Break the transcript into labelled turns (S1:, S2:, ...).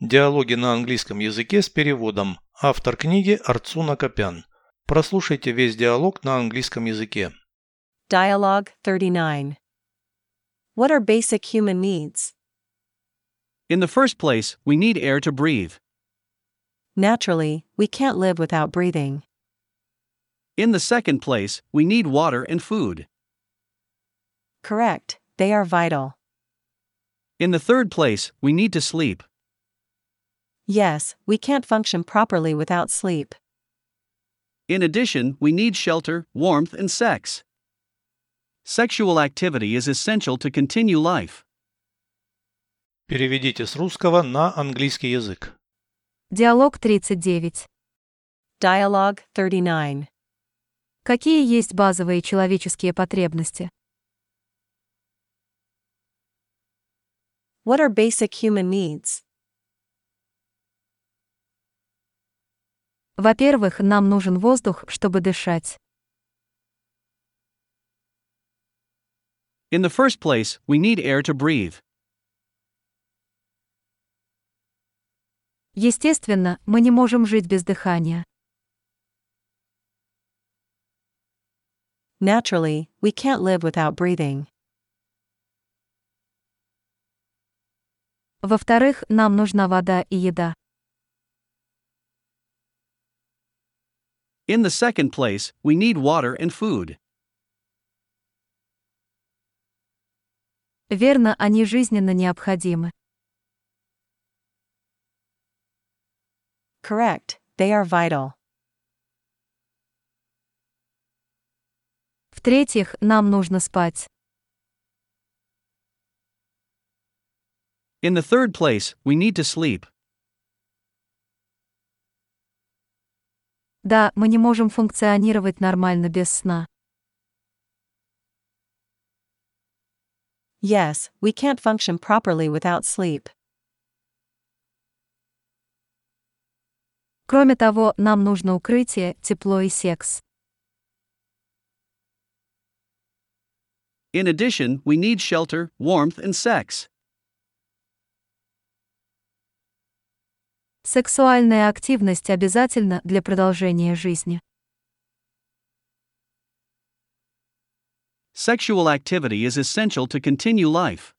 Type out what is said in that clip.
S1: Диалоги на английском языке с переводом. Автор книги Арцуна Копян. Прослушайте весь диалог на английском языке.
S2: Dialogue 39. What are basic human needs?
S3: In the first place, we need air to breathe.
S2: Naturally, we can't live without breathing.
S3: In the second place, we need water and food.
S2: Correct, they are vital.
S3: In the third place, we need to sleep.
S2: Yes, we can't function properly without sleep.
S3: In addition, we need shelter, warmth, and sex. Sexual activity is essential to continue life.
S1: Переведите с русского на английский язык.
S4: Диалог 39.
S2: Dialogue 39.
S4: Какие есть базовые человеческие потребности?
S2: What are basic human needs?
S4: Во-первых, нам нужен воздух, чтобы дышать.
S3: In the first place, we need air to breathe.
S4: Естественно, мы не можем жить без дыхания.
S2: Naturally, we can't live without breathing.
S4: Во-вторых, нам нужна вода и еда.
S3: In the second place, we need water and food.
S4: Верно, они жизненно необходимы.
S2: Correct, they are vital.
S4: В-третьих, нам нужно спать.
S3: In the third place, we need to sleep.
S4: Да, мы не можем функционировать нормально без сна.
S2: Yes, we can't function properly without sleep.
S4: Кроме того, нам нужно укрытие, тепло и секс.
S3: In addition, we need shelter, warmth, and sex.
S4: Сексуальная активность обязательна для продолжения жизни.
S3: Sexual activity is essential to continue life.